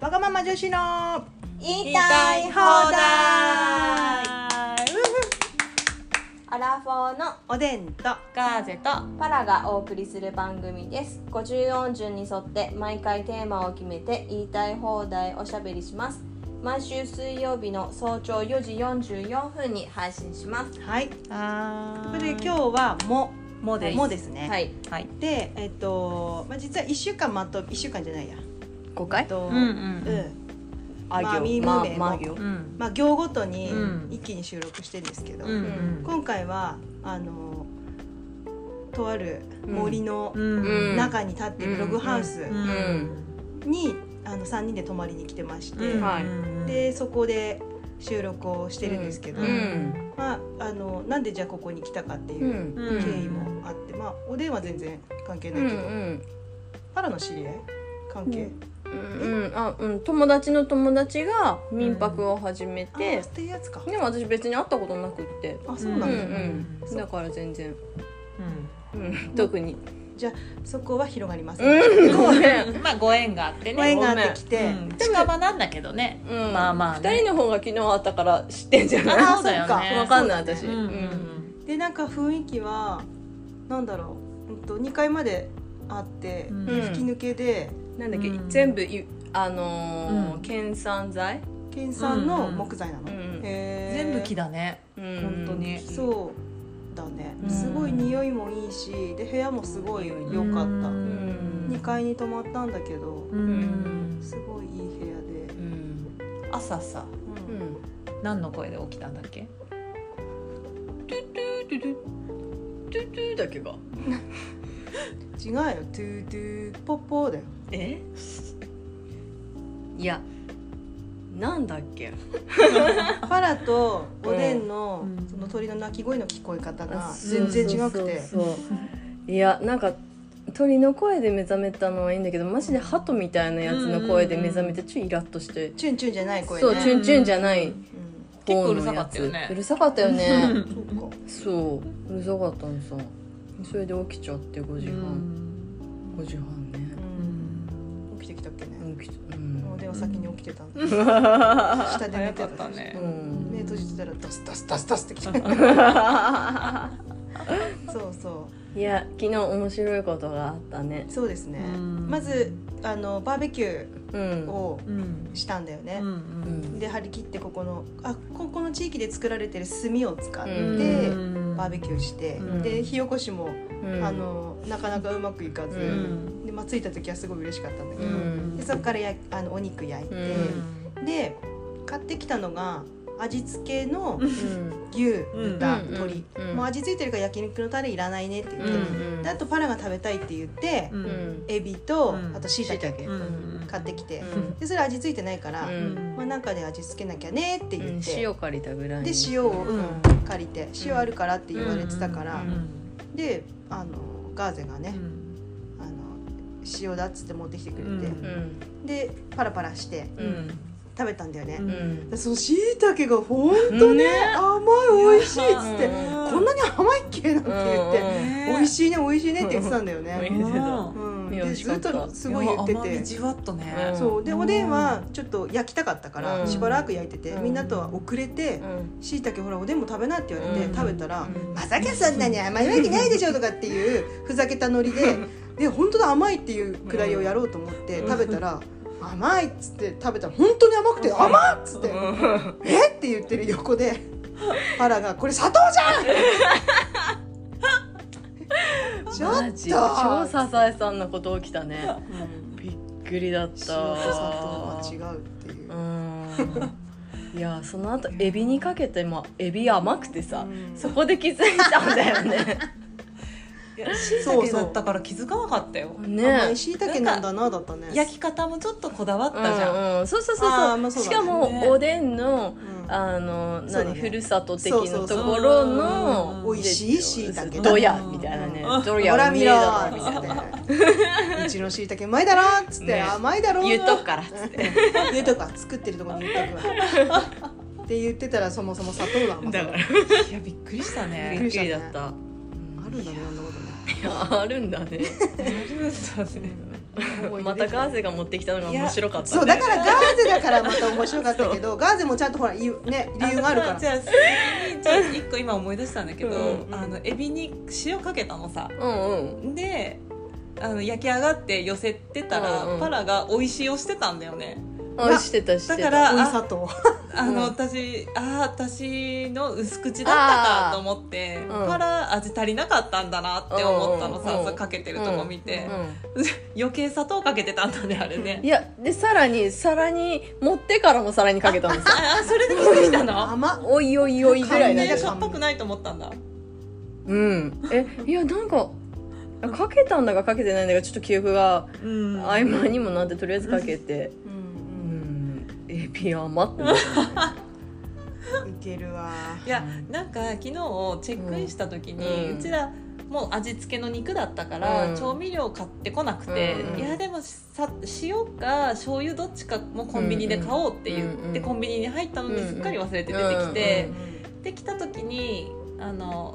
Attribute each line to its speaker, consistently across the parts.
Speaker 1: わがまま女子の
Speaker 2: 言いた
Speaker 1: た
Speaker 2: い
Speaker 1: い
Speaker 2: 放
Speaker 1: 放
Speaker 2: 題
Speaker 1: 題
Speaker 2: アラフォーの
Speaker 1: おでんと
Speaker 3: ガーゼと
Speaker 2: パラがお送りする番組です50音順に沿って毎回テーマを決めて言いたい放題おしゃべりします毎週水曜日の早朝4時44分に配信します
Speaker 1: はい
Speaker 3: あ
Speaker 1: こ
Speaker 3: こ
Speaker 1: れで今日
Speaker 3: 日
Speaker 1: はも
Speaker 3: も
Speaker 1: で
Speaker 3: ですす
Speaker 1: もですね、
Speaker 2: はい
Speaker 3: はい
Speaker 1: でえっと、まあ、実は1週間まと1週間じゃないや
Speaker 2: 5
Speaker 1: え
Speaker 2: 回
Speaker 1: っと、
Speaker 3: うんうん
Speaker 1: あ
Speaker 3: 行
Speaker 1: まあ、ミームーメン
Speaker 2: まあ
Speaker 1: まあ行
Speaker 3: うん
Speaker 1: まあ、行ごとに
Speaker 3: うん
Speaker 1: 一気に収録してるんですけど、
Speaker 3: うん
Speaker 1: 今回はあのとある森の
Speaker 3: うん
Speaker 1: 中に立ってるログハウス
Speaker 3: うん
Speaker 1: に、あの3人で泊まりに来てまして、
Speaker 3: うん
Speaker 2: はい
Speaker 1: でそこで収録をしてるんですけど、
Speaker 3: うん
Speaker 1: まあ、あのなんでじゃあここに来たかって
Speaker 2: う
Speaker 1: いうん経緯もあって、まあ、おでんは全然関係
Speaker 2: う
Speaker 1: なんいうけど、
Speaker 2: ん
Speaker 1: パラの知り合い関係、
Speaker 2: うんあうん友達の友達が民泊を始め
Speaker 1: あ
Speaker 2: て
Speaker 1: ーっていうやつか、
Speaker 2: でも私別に会ったことなくって
Speaker 1: あそうなんだ、
Speaker 2: うんだから全然、うん、特に
Speaker 1: そこは広がります、
Speaker 2: うんごめん
Speaker 3: うんまあご縁があってね
Speaker 1: ご縁があってきて、
Speaker 3: うん近場なんだけどね
Speaker 2: うん
Speaker 3: まあまあね
Speaker 2: 2人の方が昨日あったから知ってんじゃない
Speaker 3: あ
Speaker 1: あ
Speaker 3: そうだよ
Speaker 1: そっ
Speaker 3: ね
Speaker 1: か
Speaker 2: わかんない私
Speaker 3: うんうんうん
Speaker 1: でなんか雰囲気はなんだろう、うんと、2階まであって、
Speaker 3: うん
Speaker 1: で吹き抜けで
Speaker 2: なんだっけ、
Speaker 3: うん
Speaker 2: 全部いあのー
Speaker 3: うん
Speaker 2: 県産材、
Speaker 1: 県産の木材なの、
Speaker 2: うんうん
Speaker 1: へー
Speaker 3: 全部木だね
Speaker 2: うん
Speaker 3: 本当に
Speaker 1: そうだね、
Speaker 3: うん
Speaker 1: すごい匂いもいいしで部屋もすごい良か
Speaker 3: う
Speaker 1: った、
Speaker 3: ん
Speaker 1: 2階に泊まったんだけど
Speaker 3: うん
Speaker 1: すごいいい部屋で、
Speaker 2: うん
Speaker 3: 朝さ
Speaker 1: うん
Speaker 2: うん
Speaker 3: 何の声で起きたんだっけ
Speaker 2: トゥトゥだけが
Speaker 1: 違うよトゥートゥーポッポーだよ
Speaker 2: えいやなんだっけ
Speaker 1: パラとおでんの,、
Speaker 3: うん
Speaker 1: その鳥の鳴き声の聞こえ方
Speaker 2: あ
Speaker 1: が
Speaker 2: そう
Speaker 1: 全然違くて
Speaker 2: そうそうそういやなんか鳥の声で目覚めたのはいいんだけどマジで鳩みたいなやつの声で目覚めてちょいイラッとして、
Speaker 1: チュンチュンじゃない声ね
Speaker 2: そうチュンチュンじゃない方
Speaker 3: 結構
Speaker 2: のやつ
Speaker 3: うるさかったよね
Speaker 2: うるさかったよね
Speaker 1: うんそっか
Speaker 2: そううるさかったのさそれで起きちゃって5時
Speaker 3: う
Speaker 2: 半、
Speaker 3: ん
Speaker 2: 五5時半ね
Speaker 1: うん起きてきたっけね、
Speaker 2: 起きちゃうん
Speaker 1: おでんは先に起きて たんだ、下で寝
Speaker 3: 早
Speaker 1: て
Speaker 3: かったたね
Speaker 2: うん
Speaker 1: 目閉じてたらダスダスダスダスってきて そうそ
Speaker 2: いや昨日面白いことがあったね
Speaker 1: うそうですね、
Speaker 3: うん
Speaker 1: まずあのバーベキュ
Speaker 2: うん
Speaker 1: ーを
Speaker 3: うん
Speaker 1: したんだよね、
Speaker 3: うん
Speaker 2: うん
Speaker 1: で張り切ってここのあここの地域で作られてる炭を使っ
Speaker 3: うん
Speaker 1: て
Speaker 3: うん
Speaker 1: バーベキューして、
Speaker 3: うん
Speaker 1: で火起こしも、
Speaker 2: うん
Speaker 1: あのなかなかうまくいかず、
Speaker 2: う
Speaker 1: でまあ、着いた時はすごい嬉しかったんだけ
Speaker 2: う
Speaker 1: ど、
Speaker 2: ん
Speaker 1: でそこからやあのお肉焼いて、
Speaker 3: う
Speaker 1: で買ってきたのが味付けの
Speaker 2: うん
Speaker 1: 牛、
Speaker 3: うん
Speaker 1: 豚、
Speaker 2: うん
Speaker 1: 鶏、
Speaker 2: うん
Speaker 1: もう味付いてるから焼肉のタレいらないねって言って、
Speaker 3: うん
Speaker 1: であとパラが食べたいって言って、
Speaker 3: ん
Speaker 2: うんうん
Speaker 1: エビと、
Speaker 3: うん
Speaker 1: あとしいたけ
Speaker 3: うんうん
Speaker 1: 買ってきて、
Speaker 2: うん
Speaker 1: でそれ味付いてないから、
Speaker 2: うん
Speaker 3: うん
Speaker 1: まあ、なんかで味付けなきゃねって
Speaker 2: う
Speaker 1: 言
Speaker 2: ん
Speaker 1: って、
Speaker 2: 塩借りたぐらいに
Speaker 1: で塩を
Speaker 3: うん
Speaker 1: 借りて塩あるからって言われてたから、
Speaker 2: う
Speaker 1: であのガーゼがね、
Speaker 3: ん
Speaker 1: あの塩だっつって持ってきてくれて、
Speaker 3: うん
Speaker 2: うん
Speaker 1: でパラパラして
Speaker 2: うん
Speaker 1: 食べたんだよね
Speaker 3: う
Speaker 2: うんん
Speaker 1: でそのしいたけがほんとね甘い美味しいっつって「
Speaker 2: うん
Speaker 1: こんなに甘いっけ?」なんて言って「美味
Speaker 3: い
Speaker 1: しいね美味しいね」って言ってたんだよね。
Speaker 3: うん
Speaker 1: うん、
Speaker 2: いや美
Speaker 1: で
Speaker 2: 味し
Speaker 1: ず
Speaker 2: か
Speaker 1: っ
Speaker 2: った
Speaker 1: とすごい言って
Speaker 3: 甘み
Speaker 1: て。
Speaker 3: じわっとね
Speaker 1: そうでおでんはちょっと焼きたかったから、
Speaker 2: うん
Speaker 1: しばらく焼いてて、
Speaker 2: うん
Speaker 1: みんなとは遅れて「
Speaker 2: うん
Speaker 1: しいたけほらおでんも食べな」って言われて、
Speaker 2: うん
Speaker 1: 食べたら、
Speaker 3: うん
Speaker 1: まさかそんなに甘いわけないでしょ」とかっていうふざけたノリでで本当だ甘いっていうくらいをやろうと思って
Speaker 2: うん
Speaker 1: 食べたら「甘い」っつって食べたら本当に甘くて「甘っ!」っつって「えっ?」て言ってる横でパラが「これ砂糖じゃん!」ちょ
Speaker 2: マジ超
Speaker 1: っと
Speaker 2: 笹井さんのこと起きたねびっくりだっ
Speaker 1: 塩と
Speaker 2: た
Speaker 1: 砂糖は違うっていうう。
Speaker 2: んいやその後エビにかけてもエビ甘くてさ
Speaker 1: うん
Speaker 2: そこで気づいたんだよね
Speaker 3: いや椎茸だったから気づかなかったよ
Speaker 1: 甘
Speaker 2: ね
Speaker 1: いしいたけなんだなだったね。
Speaker 3: 焼き方もちょっとこだわっ
Speaker 2: う
Speaker 3: たじゃん
Speaker 2: んうんそうそうそう
Speaker 1: あー
Speaker 2: そ
Speaker 1: まあ
Speaker 2: う
Speaker 1: そうだね
Speaker 2: しかもおでんの
Speaker 1: うん
Speaker 2: あの
Speaker 1: そうだね
Speaker 2: 何ふるさと的
Speaker 1: そうそ
Speaker 2: な
Speaker 1: うそ
Speaker 2: と
Speaker 1: う
Speaker 2: ころ
Speaker 3: う
Speaker 2: の
Speaker 3: ん
Speaker 1: 美味しいしいたけだ
Speaker 2: どやみたいなね
Speaker 3: うん
Speaker 2: ど
Speaker 1: ほ
Speaker 2: や
Speaker 1: ら
Speaker 2: う
Speaker 1: 見
Speaker 2: めえ
Speaker 1: ろ
Speaker 2: だろ
Speaker 1: み
Speaker 2: み
Speaker 1: た
Speaker 2: たい
Speaker 1: い
Speaker 2: な
Speaker 1: な。うちのしいたけうまいだろっつって
Speaker 2: ね
Speaker 1: 甘いだろ
Speaker 2: 言っとくからっつって
Speaker 1: 言うとくわ作ってるとこに言っとくわって言ってたらそもそも砂糖が甘
Speaker 2: だからび
Speaker 3: いやびっくりした
Speaker 1: び
Speaker 2: っ
Speaker 1: っ
Speaker 3: ね
Speaker 2: く
Speaker 1: くり
Speaker 2: り
Speaker 1: し
Speaker 2: だ
Speaker 1: たね
Speaker 2: った
Speaker 1: あるんだねあんなことね
Speaker 2: いやあるんだね
Speaker 3: なるんだね
Speaker 1: 思い出
Speaker 2: ま
Speaker 1: でき
Speaker 2: たガーゼが持ってきたのが面白かった、ね、
Speaker 1: そうだからガーゼだからまた面白かったけどガーゼもちゃんとほら言うね理由があるか
Speaker 3: あ
Speaker 1: ら
Speaker 3: じゃあ先にじゃあ一個今思い出したんだけど、
Speaker 2: うん
Speaker 1: うん
Speaker 3: あのエビに塩かけたのさ
Speaker 2: うんうん
Speaker 3: であの焼き上がって寄せてたら、
Speaker 2: うんうん
Speaker 3: パラが美味しいをしてたんだよね
Speaker 2: あしてたしてた
Speaker 3: だか
Speaker 1: お
Speaker 3: ら
Speaker 1: い砂糖
Speaker 3: あの、
Speaker 2: うん
Speaker 3: 私ああ私の薄口だったかと思って、
Speaker 2: うん
Speaker 3: パラ味足りなかったんだなって思ったのさ、
Speaker 2: うんうんうん
Speaker 3: かけてるとこ見て、
Speaker 2: う
Speaker 3: 余計砂糖かけてたんだねあれね
Speaker 2: ん、いやでさらにさらに持ってからもさらにかけた んですよ
Speaker 3: ああそれで気づい たの
Speaker 1: 甘っ
Speaker 2: おいおいおいぐらいな
Speaker 3: ね
Speaker 2: んで
Speaker 1: だ
Speaker 2: す
Speaker 3: しょっぱくないと思ったんだ
Speaker 2: うんえいやなんかかけたんだかかけてないんだかちょっと記憶が
Speaker 3: うん
Speaker 2: 合間にもなってとりあえずかけて
Speaker 1: う
Speaker 2: うんんエビ甘って思っ
Speaker 1: うんいけるわ
Speaker 3: いやなんか昨日チェックインした時に、う
Speaker 2: うん
Speaker 3: ちらもう味付けの肉だったから、
Speaker 2: うん
Speaker 3: 調味料買ってこなくて、
Speaker 2: うん
Speaker 3: いやでもさ塩か醤油どっちかもコンビニで買おうって言って、
Speaker 2: うんうん
Speaker 3: コンビニに入ったのに
Speaker 2: うん
Speaker 3: すっかり忘れて出てき
Speaker 1: う
Speaker 3: て、
Speaker 1: ん
Speaker 3: で来た時にあの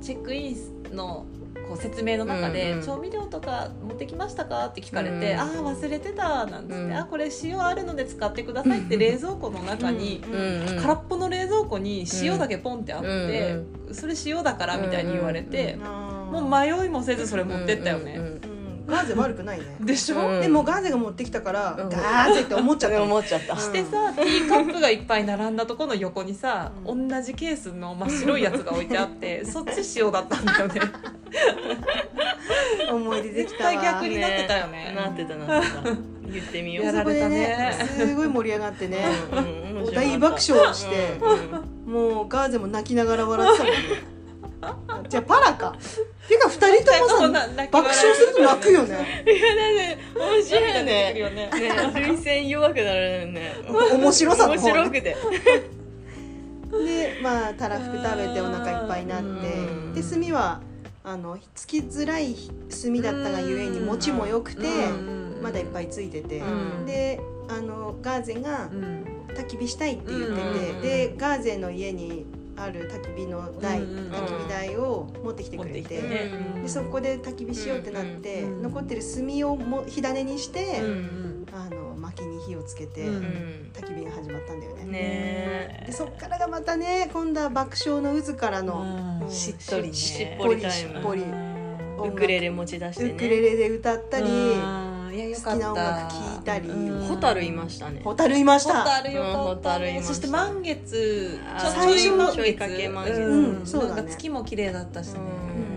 Speaker 3: チェックインのこう説明の中で、
Speaker 2: うんうん
Speaker 3: 調味料とか持ってきましたかって聞かれて、
Speaker 2: うん
Speaker 3: ああ忘れてたなんつって、
Speaker 2: うん
Speaker 3: あこれ塩あるので使ってくださいって冷蔵庫の中に、
Speaker 1: うん
Speaker 2: たうんうん
Speaker 3: 空っぽの冷蔵庫に塩だけポンってあって、
Speaker 2: うん
Speaker 3: それ塩だからみたいに言われて、
Speaker 1: も
Speaker 3: もう迷いもせずそれ持ってったよね、
Speaker 2: うんうん
Speaker 1: うんガーゼ悪くないね
Speaker 3: でしょ、
Speaker 2: うん
Speaker 1: でもガーゼが持ってきたから
Speaker 2: うん
Speaker 1: ガーゼって思っちゃっ
Speaker 2: うん
Speaker 1: たの
Speaker 2: 思っちゃった
Speaker 1: うん
Speaker 3: でさティーカップがいっぱい並んだとこの横にさ、
Speaker 1: う
Speaker 3: 同じケースの真っ白いやつが置いてあってそっち塩だったんだよね
Speaker 1: 思い出でき
Speaker 3: 絶
Speaker 1: たわ
Speaker 3: 対逆になってたよね
Speaker 2: なってたなってた言ってみよう
Speaker 3: やら
Speaker 1: そこ
Speaker 3: れ
Speaker 1: で
Speaker 3: たね
Speaker 1: ねすごい盛り上がってね
Speaker 2: うんうん面白かった
Speaker 1: 大爆笑して
Speaker 2: うんうん
Speaker 1: もうガーゼも泣きながら笑ってた もんねじゃあパラかていうか二人ともさ爆笑すると泣くよね
Speaker 2: いやだって面白いよ
Speaker 3: 涙出てくる
Speaker 2: ね
Speaker 3: よね
Speaker 2: ね涙腺弱くなるよね
Speaker 1: 面白さの
Speaker 2: 面
Speaker 1: 方
Speaker 2: 白
Speaker 1: ね
Speaker 2: くて
Speaker 1: でまあたらふく食べてお腹いっぱいになっ
Speaker 2: うん
Speaker 1: てで炭はあのつきづらい炭だったがゆえに持ちも良くて
Speaker 3: うん
Speaker 1: まだいっぱいついてて
Speaker 2: うん
Speaker 1: であのガーゼが
Speaker 3: うん
Speaker 1: 焚き火したいって言ってて、
Speaker 2: うん
Speaker 1: でガーゼの家にある焚き火の台、
Speaker 3: うんうん
Speaker 1: 焚き火台を持ってきてくれて
Speaker 3: 持ってきてね
Speaker 1: でそこで焚き火しようってなって、
Speaker 3: うんうん
Speaker 1: 残ってる炭をも火種にして、
Speaker 3: うん
Speaker 1: あの薪に火をつけて、
Speaker 3: う
Speaker 2: うんん
Speaker 1: 焚き火が始まったんだよね。
Speaker 2: ね
Speaker 1: でそっからがまたね今度は爆笑の渦からの、
Speaker 3: う
Speaker 1: うんん
Speaker 3: しっとりね
Speaker 2: しっぽ
Speaker 1: ぽ
Speaker 2: り
Speaker 1: り
Speaker 2: タ
Speaker 1: タ
Speaker 2: イ
Speaker 1: イ
Speaker 2: ム
Speaker 1: ムしっぽり
Speaker 3: うん
Speaker 2: ウクレレ持ち出し
Speaker 1: ウ
Speaker 2: て
Speaker 1: クレ
Speaker 2: ね
Speaker 1: レで歌ったり、
Speaker 3: うんいやよ
Speaker 1: 好
Speaker 3: かっ
Speaker 1: き
Speaker 3: た
Speaker 1: な音楽聴いたり、
Speaker 3: うん
Speaker 2: ホタルいましたね
Speaker 1: ホタルいまし
Speaker 3: ホ
Speaker 1: た。
Speaker 3: タルよか
Speaker 2: ホ
Speaker 3: った
Speaker 2: タルい
Speaker 3: ね
Speaker 2: まし
Speaker 3: そ
Speaker 2: た
Speaker 3: して満月
Speaker 2: あ
Speaker 3: ちょ
Speaker 1: 最初
Speaker 3: ちょい満
Speaker 2: ちょいかけ満月
Speaker 1: うんそうだね
Speaker 3: なんか月も綺麗だったしね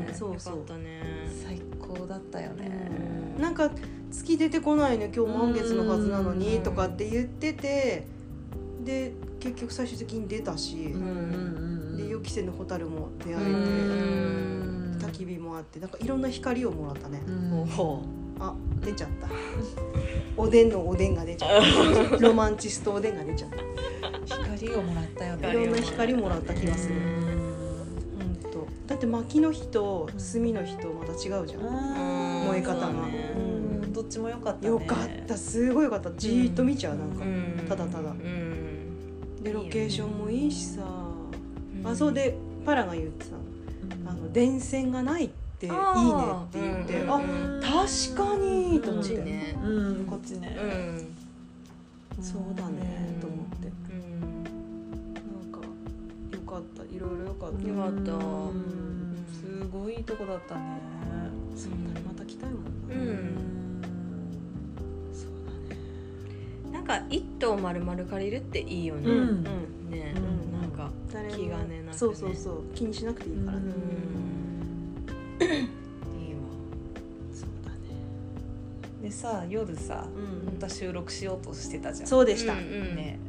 Speaker 1: う、んそう
Speaker 2: よかったね
Speaker 3: 最高だったよね、
Speaker 1: なんか月出てこないね今日満月のはずなのにとかって言っててで結局最終的に出たし
Speaker 3: うん、うん
Speaker 1: で予期せぬ蛍も出会
Speaker 3: う
Speaker 1: え
Speaker 3: ん
Speaker 1: て焚き火もあってなんかいろんな光をもらったね
Speaker 3: うん
Speaker 2: ほ
Speaker 1: あ出ちゃった おでんのおでんが出ちゃ ったロマンチストおでんが出ちゃった
Speaker 3: 光をもらったよね
Speaker 1: いろんな光もらった気がするうんとだって薪の火と炭の火とまた違うじゃん
Speaker 2: 燃
Speaker 1: え方が
Speaker 3: うんどっちも良かったね
Speaker 1: よかったすごいよかったじーっと見ちゃうなんかただただ
Speaker 2: うん
Speaker 1: でロケーションもいいしさ
Speaker 2: うん
Speaker 1: あそうでパラが言ってたの
Speaker 3: うん
Speaker 1: あの電線がないっていいね
Speaker 2: あ
Speaker 1: って
Speaker 2: ー
Speaker 1: 言って、
Speaker 2: うん
Speaker 1: あ確かにと
Speaker 2: こ
Speaker 1: 思
Speaker 2: っ
Speaker 1: って、
Speaker 2: ちね
Speaker 3: うんこっちね
Speaker 2: うん
Speaker 1: そうだねと思って
Speaker 2: うん
Speaker 1: なんかよかったいろいろよかった、
Speaker 2: よかった
Speaker 3: うんすごいいいとこだったね
Speaker 1: そうだねまた来たいもんな、
Speaker 2: うん
Speaker 1: そう
Speaker 2: なんか一棟丸々借りるっていいよね
Speaker 1: だね
Speaker 3: うん
Speaker 2: ね
Speaker 1: うん
Speaker 2: なんか
Speaker 1: 誰も
Speaker 2: 気兼ねなくね
Speaker 1: そうそうそう気にしなくていいからね、
Speaker 2: うんいいわ
Speaker 1: そうだね
Speaker 3: でさ夜さ
Speaker 1: うん
Speaker 3: 本当は収録しようとしてたじゃん
Speaker 1: そうでした、
Speaker 2: うんうん
Speaker 3: ね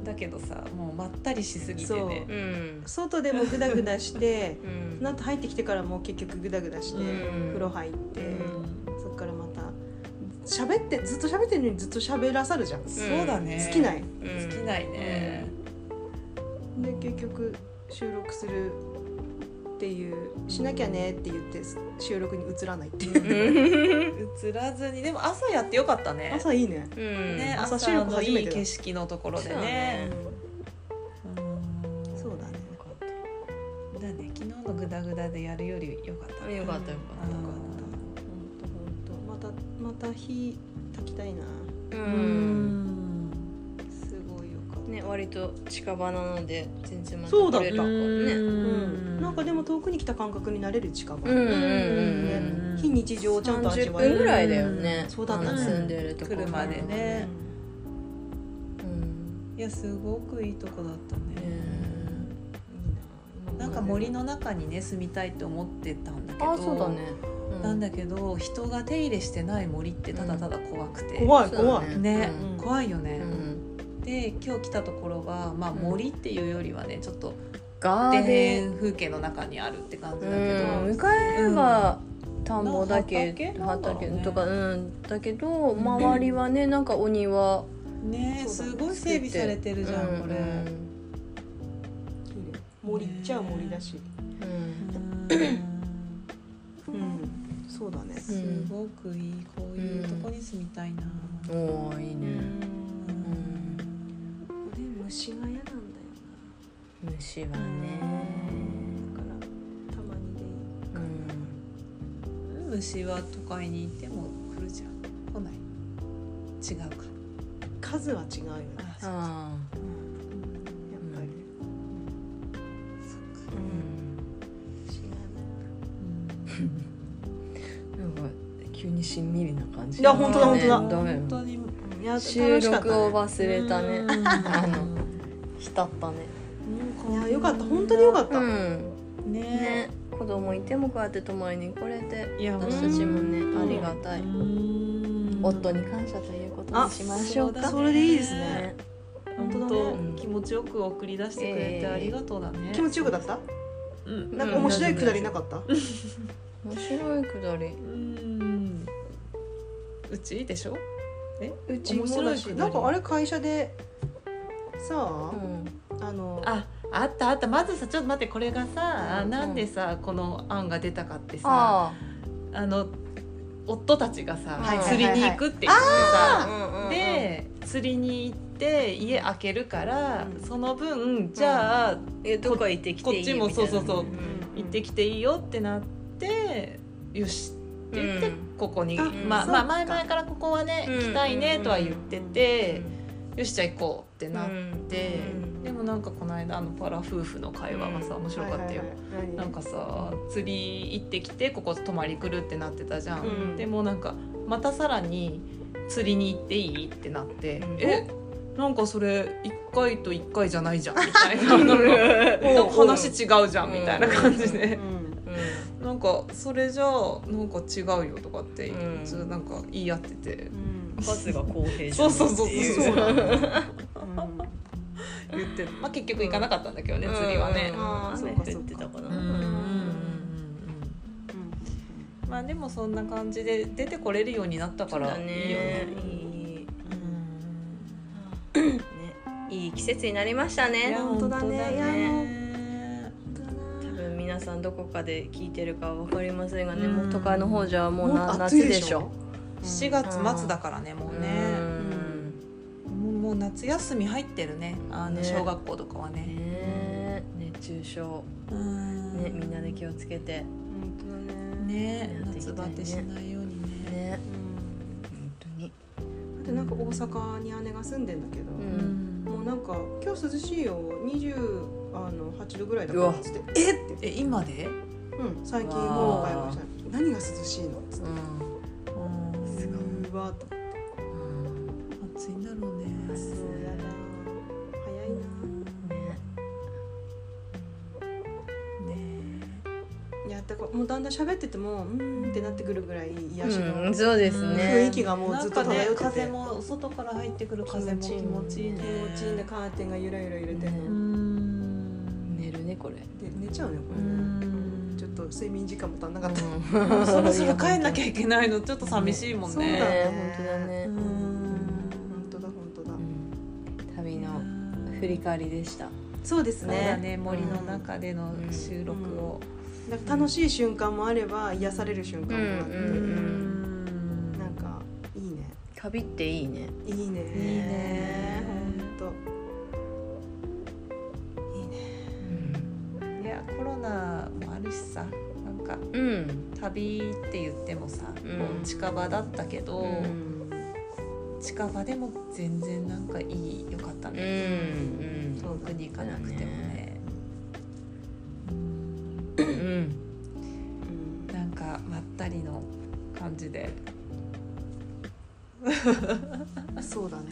Speaker 1: うん
Speaker 3: だけどさもうまったりしすぎて
Speaker 1: そう
Speaker 3: ね
Speaker 2: うん
Speaker 1: 外でもグダグダして
Speaker 2: うん
Speaker 1: その後入ってきてからも結局グダグダして、
Speaker 2: うん
Speaker 1: 風呂入って、
Speaker 2: うん
Speaker 1: そっからまた喋ってずっと喋ってるのにずっと喋らさるじゃん、好
Speaker 3: そうだね
Speaker 1: きない
Speaker 2: うん
Speaker 3: 尽きないね
Speaker 1: で結局収録するっていうしなきゃねって言って収録に移らないっていう、
Speaker 3: 映らずにでも朝やってよかったね
Speaker 1: 朝いいね、
Speaker 2: うん
Speaker 3: ね
Speaker 1: 朝
Speaker 3: 朝
Speaker 1: 収録
Speaker 3: の
Speaker 1: 初め
Speaker 3: い
Speaker 1: て
Speaker 3: い
Speaker 1: だ
Speaker 3: 景色のところで
Speaker 2: そう
Speaker 3: ね
Speaker 2: ね
Speaker 3: うん
Speaker 1: そうだね
Speaker 2: よかった
Speaker 3: だね昨日のグダグダでやるより良かったね
Speaker 2: よかったよかった
Speaker 1: ほんとほんとまたまた火炊きたいな
Speaker 2: う
Speaker 3: うんん
Speaker 1: すごいよかった、
Speaker 2: ね割と近場なので全然また
Speaker 1: そうだ
Speaker 2: 来れ
Speaker 1: ね
Speaker 2: たから
Speaker 1: う
Speaker 2: ね
Speaker 1: んん、なんかでも遠くに来た感覚になれる近場、
Speaker 2: うんうんうん
Speaker 1: ね非日常をちゃんと味
Speaker 2: 30
Speaker 1: わえ
Speaker 2: 分
Speaker 1: る
Speaker 2: ぐらいだよね
Speaker 1: そうだったね
Speaker 2: あの住んでるところ
Speaker 3: 車でね
Speaker 2: うん
Speaker 3: いやすごくいいとこだったね
Speaker 2: ね
Speaker 1: いいな
Speaker 3: なんか森の中にね住みたいと思ってたんだけど
Speaker 2: あそうだねう
Speaker 3: なんだけど人が手入れしてない森ってただただ怖くて、
Speaker 1: 怖い
Speaker 2: そうだ
Speaker 1: 怖い、
Speaker 3: ね
Speaker 2: うん
Speaker 1: うん
Speaker 3: 怖いよね
Speaker 2: う、ん
Speaker 3: で今日来たところは、まあ、
Speaker 2: うん
Speaker 3: 森っていうよりはねちょっと
Speaker 2: ガ
Speaker 3: 田
Speaker 2: ーデン
Speaker 3: 園風景の中にあるって感じ
Speaker 2: う
Speaker 3: だけど、
Speaker 2: ん向かえれば田んぼだ
Speaker 3: 畑
Speaker 2: け
Speaker 3: なんだろうね
Speaker 2: 畑とかうんだけど周りはねなんかお庭
Speaker 3: ねえ
Speaker 1: そうだ
Speaker 3: す
Speaker 1: ね
Speaker 3: ごい整備されてるじゃん、
Speaker 2: うん
Speaker 3: こ れ、
Speaker 1: 綺麗森っちゃ森だし、
Speaker 2: うん
Speaker 3: うん
Speaker 1: うん、そうだね、
Speaker 3: すごくいいこういうとこに住みたいな、
Speaker 2: うんおーいいうね
Speaker 1: ん
Speaker 2: で虫が嫌なんだよな虫はね
Speaker 1: だからたまにでいい
Speaker 2: うん
Speaker 3: 虫は都会にいても来るじゃん来ない違うか
Speaker 1: 数は違うよね
Speaker 3: あそうか
Speaker 2: ああ
Speaker 1: やっぱり、
Speaker 3: そっか
Speaker 1: う、
Speaker 2: うんん
Speaker 1: 違う
Speaker 2: なんか急にしんみりな感じ
Speaker 1: いや本当だ本当だ
Speaker 2: ねダメ
Speaker 3: 本当に
Speaker 1: ねいや
Speaker 2: 収録を
Speaker 1: 楽しかっ
Speaker 2: 忘れたね
Speaker 3: うん
Speaker 2: あの浸ったね
Speaker 1: たねいやよかった本当によかった、
Speaker 2: うん
Speaker 3: ね
Speaker 2: ね子供いてもこうやって泊まりに来れて
Speaker 3: いや
Speaker 2: 私たちもね
Speaker 3: うん
Speaker 2: ありがたい
Speaker 3: うん
Speaker 2: 夫に感謝ということにしましょう
Speaker 3: あ
Speaker 2: か
Speaker 1: それでいいですね
Speaker 2: ね
Speaker 3: 本当だね
Speaker 1: 本
Speaker 2: 当
Speaker 3: 気持ちよく送り出してくれてありがとうだね、
Speaker 1: 気持ちよくだった
Speaker 3: うん
Speaker 1: なんか面白いくだりなかった、
Speaker 2: 面白いくだり
Speaker 3: うんうちでしょ
Speaker 2: うち
Speaker 3: 面
Speaker 2: も
Speaker 3: 白
Speaker 2: だ
Speaker 3: い
Speaker 2: し
Speaker 3: く
Speaker 1: なんかあれ会社でさあ
Speaker 2: う、ん
Speaker 1: あの
Speaker 3: ああったあったまずさちょっと待ってこれがさ、
Speaker 2: うん
Speaker 3: なんでさこの案が出たかってさあ
Speaker 2: あ
Speaker 3: の夫たちがさ、
Speaker 2: はいはいはい
Speaker 3: 釣りに行くって言って
Speaker 2: あ
Speaker 3: さ、
Speaker 2: うんうんうん
Speaker 3: で釣りに行って家開けるから、
Speaker 1: うん
Speaker 3: その分じゃあ、
Speaker 2: えどこ行ってきていい
Speaker 3: こっちも
Speaker 2: みたいな
Speaker 3: そうそうそ
Speaker 1: う
Speaker 3: う
Speaker 1: ん
Speaker 3: 行ってきていいよってなってよしって言って、
Speaker 2: うん
Speaker 3: ここに
Speaker 1: あ
Speaker 3: まあ
Speaker 1: そう
Speaker 3: ま
Speaker 1: か
Speaker 3: あ前々からここはね
Speaker 2: うん
Speaker 3: 行きたいねとは言ってて、よしじゃあ行こうってなっ
Speaker 2: ん
Speaker 3: て、
Speaker 1: うん
Speaker 3: でもなんかこの間あのパラ夫婦の会話がさ
Speaker 2: う
Speaker 3: 面白かったよ。
Speaker 1: はいはいはい
Speaker 3: なんかさ釣り行ってきてここ泊まり来るってなってたじゃん、
Speaker 1: うん
Speaker 3: でもなんかまたさらに釣りに行っていいってなって、
Speaker 2: うん
Speaker 3: えなんかそれ1回と1回じゃないじゃんみたいななんかなんか話違うじゃんみたいな感じで
Speaker 1: う、ん
Speaker 3: なんかそれじゃあなんか違うよとかって、
Speaker 2: うん
Speaker 3: ちょっとなんか言い合ってて
Speaker 1: うん
Speaker 2: バスが公平
Speaker 3: そうそうそうそう
Speaker 1: そうな
Speaker 3: 言
Speaker 1: うん
Speaker 3: って、まあ、結局行かなかったんだけどね、釣りはね。
Speaker 1: うんあー
Speaker 2: 雨降ってたかな
Speaker 3: うんうんうんうんまあでもそんな感じで出てこれるようになったか
Speaker 2: そう
Speaker 3: ら
Speaker 2: だ
Speaker 3: いいよ
Speaker 2: ね
Speaker 3: ね。
Speaker 2: いい
Speaker 3: うん
Speaker 2: ねいい季節になりました
Speaker 3: い
Speaker 2: ね
Speaker 3: や
Speaker 1: 本当だねいや
Speaker 2: 多分皆さんどこかで聞いてるかわかりませんがね
Speaker 3: うん
Speaker 2: もう都会の方じゃもう
Speaker 1: も
Speaker 2: な
Speaker 1: う暑
Speaker 2: 夏
Speaker 1: い
Speaker 2: で
Speaker 1: で
Speaker 2: し
Speaker 1: し
Speaker 2: ょ
Speaker 1: ょ
Speaker 3: 7月末だからねもうね、もうもう夏休み入ってるねあの
Speaker 2: ね
Speaker 3: 小学校とかは
Speaker 2: うん
Speaker 3: ね
Speaker 2: ね熱中症
Speaker 3: うん
Speaker 2: ねみんなで気をつけて
Speaker 1: 本当だね
Speaker 3: ね
Speaker 2: やっていきた
Speaker 3: 夏
Speaker 2: いね
Speaker 3: バテしないようにね
Speaker 2: ね
Speaker 1: うん
Speaker 2: 本当に
Speaker 1: でなんか大阪に姉が住んでんだけど、
Speaker 2: ん
Speaker 3: うん
Speaker 1: もうなんか「今日涼しいよ28度ぐらいだから」っつって「えっ!」って
Speaker 3: え今で、
Speaker 1: 「うん最近もう外国した何が涼しいの?」っつって
Speaker 2: う
Speaker 1: 「すごいわ」とか
Speaker 2: ん
Speaker 3: 暑いんだろうね
Speaker 1: 「そうやだ早いな
Speaker 2: ね
Speaker 3: ね」
Speaker 1: いやだからもうだんだん喋ってても「うん」ってなってくるぐらい癒しの
Speaker 2: うんそうです
Speaker 1: 雰
Speaker 2: ね
Speaker 1: 囲気がもうずっと
Speaker 3: なんかね
Speaker 1: 漂ってて、
Speaker 3: 風も外から入ってくる風も気持ちいいね
Speaker 1: 気持ちいいんでカーテンがゆらゆら揺れて、
Speaker 2: ね
Speaker 3: うん
Speaker 2: 寝るねこれ
Speaker 1: で寝ちゃうねこれ、
Speaker 3: うん
Speaker 1: ちょっと睡眠時間も足んなかった、
Speaker 2: うん
Speaker 3: そろそろ帰んなきゃいけないのちょっと寂しいもん
Speaker 1: そうだ
Speaker 3: ね。
Speaker 2: ね本当だね
Speaker 3: う
Speaker 1: 本当だ本当だ、
Speaker 2: うん旅の振り
Speaker 3: り
Speaker 2: 返りでした
Speaker 1: そうです
Speaker 3: そうだ
Speaker 1: ね
Speaker 3: ね森の中での収録を。
Speaker 1: なんか楽しい瞬間もあれば癒される瞬間もあって、
Speaker 2: うんうん
Speaker 1: なんかいいね
Speaker 2: 旅っていいね
Speaker 1: いいねい
Speaker 3: いね
Speaker 1: 本当いいね
Speaker 3: いやコロナもあるしさなんか
Speaker 2: うん
Speaker 3: 旅って言ってもさ、
Speaker 2: うん
Speaker 3: こう近場だったけど、
Speaker 2: うん
Speaker 3: 近場でも全然なんかいいよかった
Speaker 2: うんう
Speaker 3: ね、
Speaker 2: ん
Speaker 3: 遠くに行かなくてもね
Speaker 2: うん
Speaker 3: なんかまったりの感じで
Speaker 1: そうだね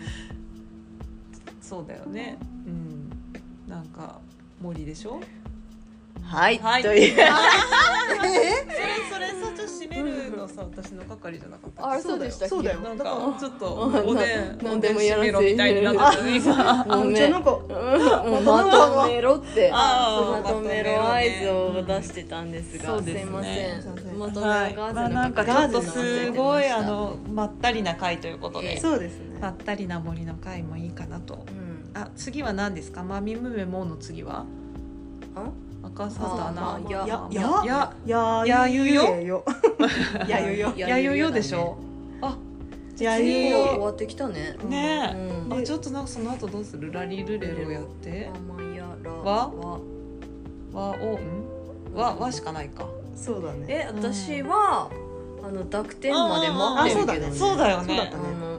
Speaker 3: そうだよねうんなんか森でしょ
Speaker 2: はい、
Speaker 3: はい
Speaker 2: という
Speaker 1: え
Speaker 3: それそれさちょっと締めるのさ私の係じゃなかった
Speaker 2: あれそうでしたっけ
Speaker 1: そうだよ
Speaker 3: なん
Speaker 1: だから
Speaker 3: かちょっとおでん
Speaker 2: な
Speaker 3: お
Speaker 2: ん
Speaker 3: でん
Speaker 2: でもや
Speaker 3: 締
Speaker 2: らせ
Speaker 3: めろみたいになってたね今
Speaker 1: あ
Speaker 2: ごめん
Speaker 1: じゃあなんか
Speaker 2: うんもう まとめろって
Speaker 3: あ
Speaker 2: ま
Speaker 3: ー
Speaker 2: とめろ合図を出してたんですが、
Speaker 3: そうですね
Speaker 2: いません
Speaker 1: すいません
Speaker 2: まとめ
Speaker 3: はい、
Speaker 2: ろ
Speaker 3: まあ、なんかちょっとすごいあ、のまったりな回ということで、
Speaker 1: そうですね
Speaker 3: まったりな森の回もいいかなと
Speaker 2: うん、
Speaker 3: あ次は何ですかマミムメモの次は
Speaker 2: あ
Speaker 3: 赤サタナ
Speaker 2: あーや
Speaker 3: や
Speaker 1: や
Speaker 3: や
Speaker 1: や
Speaker 3: やゆよ
Speaker 1: ゆ よやゆよ
Speaker 3: やよよでしょあ
Speaker 1: や
Speaker 2: だね
Speaker 1: ゆ
Speaker 2: 結構終
Speaker 1: よ
Speaker 2: わってきたねう
Speaker 3: ね
Speaker 2: ん
Speaker 3: え、あちょっとなんかその後どうするラリルレロやって
Speaker 2: ママやら
Speaker 3: わ和をん和和しかないか
Speaker 1: そうだね
Speaker 2: え私は、あの濁点まで
Speaker 3: あ
Speaker 2: 待って
Speaker 3: そ
Speaker 2: る
Speaker 3: う
Speaker 2: け
Speaker 3: だ
Speaker 2: ど、ね、
Speaker 3: ねそうだよ
Speaker 1: そうだっ
Speaker 3: ね
Speaker 1: たね
Speaker 2: あの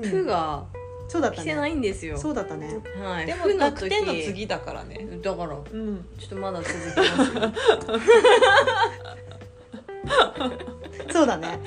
Speaker 3: うん
Speaker 2: 負が
Speaker 1: そうだった
Speaker 2: 来て
Speaker 1: ね
Speaker 2: ないんですよ、
Speaker 1: そうだったね
Speaker 2: はい
Speaker 3: でも
Speaker 2: 負の
Speaker 3: 濁
Speaker 2: 時
Speaker 3: 点の次だからね
Speaker 2: だから
Speaker 3: うん
Speaker 2: ちょっとまだ続きますよ
Speaker 1: そうだね、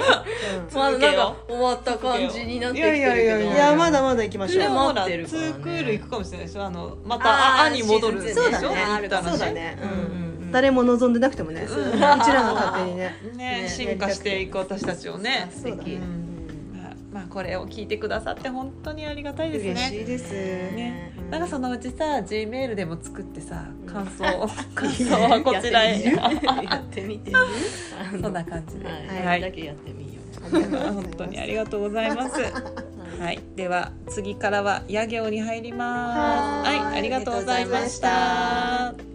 Speaker 2: まだなんか終わった感じになってきてるけど
Speaker 3: いやいや
Speaker 1: う
Speaker 3: い
Speaker 1: ん、
Speaker 3: や
Speaker 1: いやまだまだ行きまし
Speaker 3: で
Speaker 1: ょう
Speaker 3: もほら
Speaker 2: 待ってる
Speaker 3: ツ
Speaker 2: からね
Speaker 3: ークール行くかもしれないでしょあのま
Speaker 2: あ
Speaker 3: た
Speaker 2: ー
Speaker 3: ああに戻るでしょ
Speaker 1: シーズンツーね
Speaker 3: 行ったら
Speaker 1: そうだね、
Speaker 2: うんうんうん
Speaker 1: 誰も望んでなくてもね、う
Speaker 3: うん
Speaker 1: ちらが勝手にね
Speaker 3: ね
Speaker 2: ね
Speaker 3: 進化していく私たちをね
Speaker 1: そうだね
Speaker 3: う、んまあまあこれを聞いてくださって本当にありがたいです
Speaker 1: 嬉し
Speaker 3: ね
Speaker 1: いです、
Speaker 3: ね
Speaker 1: うん
Speaker 3: なんかそのうちさ G メールでも作ってさ感想を感
Speaker 1: いい
Speaker 3: 想
Speaker 1: ね
Speaker 3: はこちらへ
Speaker 2: やってみる やってみて
Speaker 3: そんな感じで
Speaker 2: はい、
Speaker 1: は
Speaker 2: はいい、だけやってみよう
Speaker 3: 本当にありがとうございます。はい、では次からは野行に入ります。
Speaker 1: は
Speaker 3: はいい、ありがとうございました。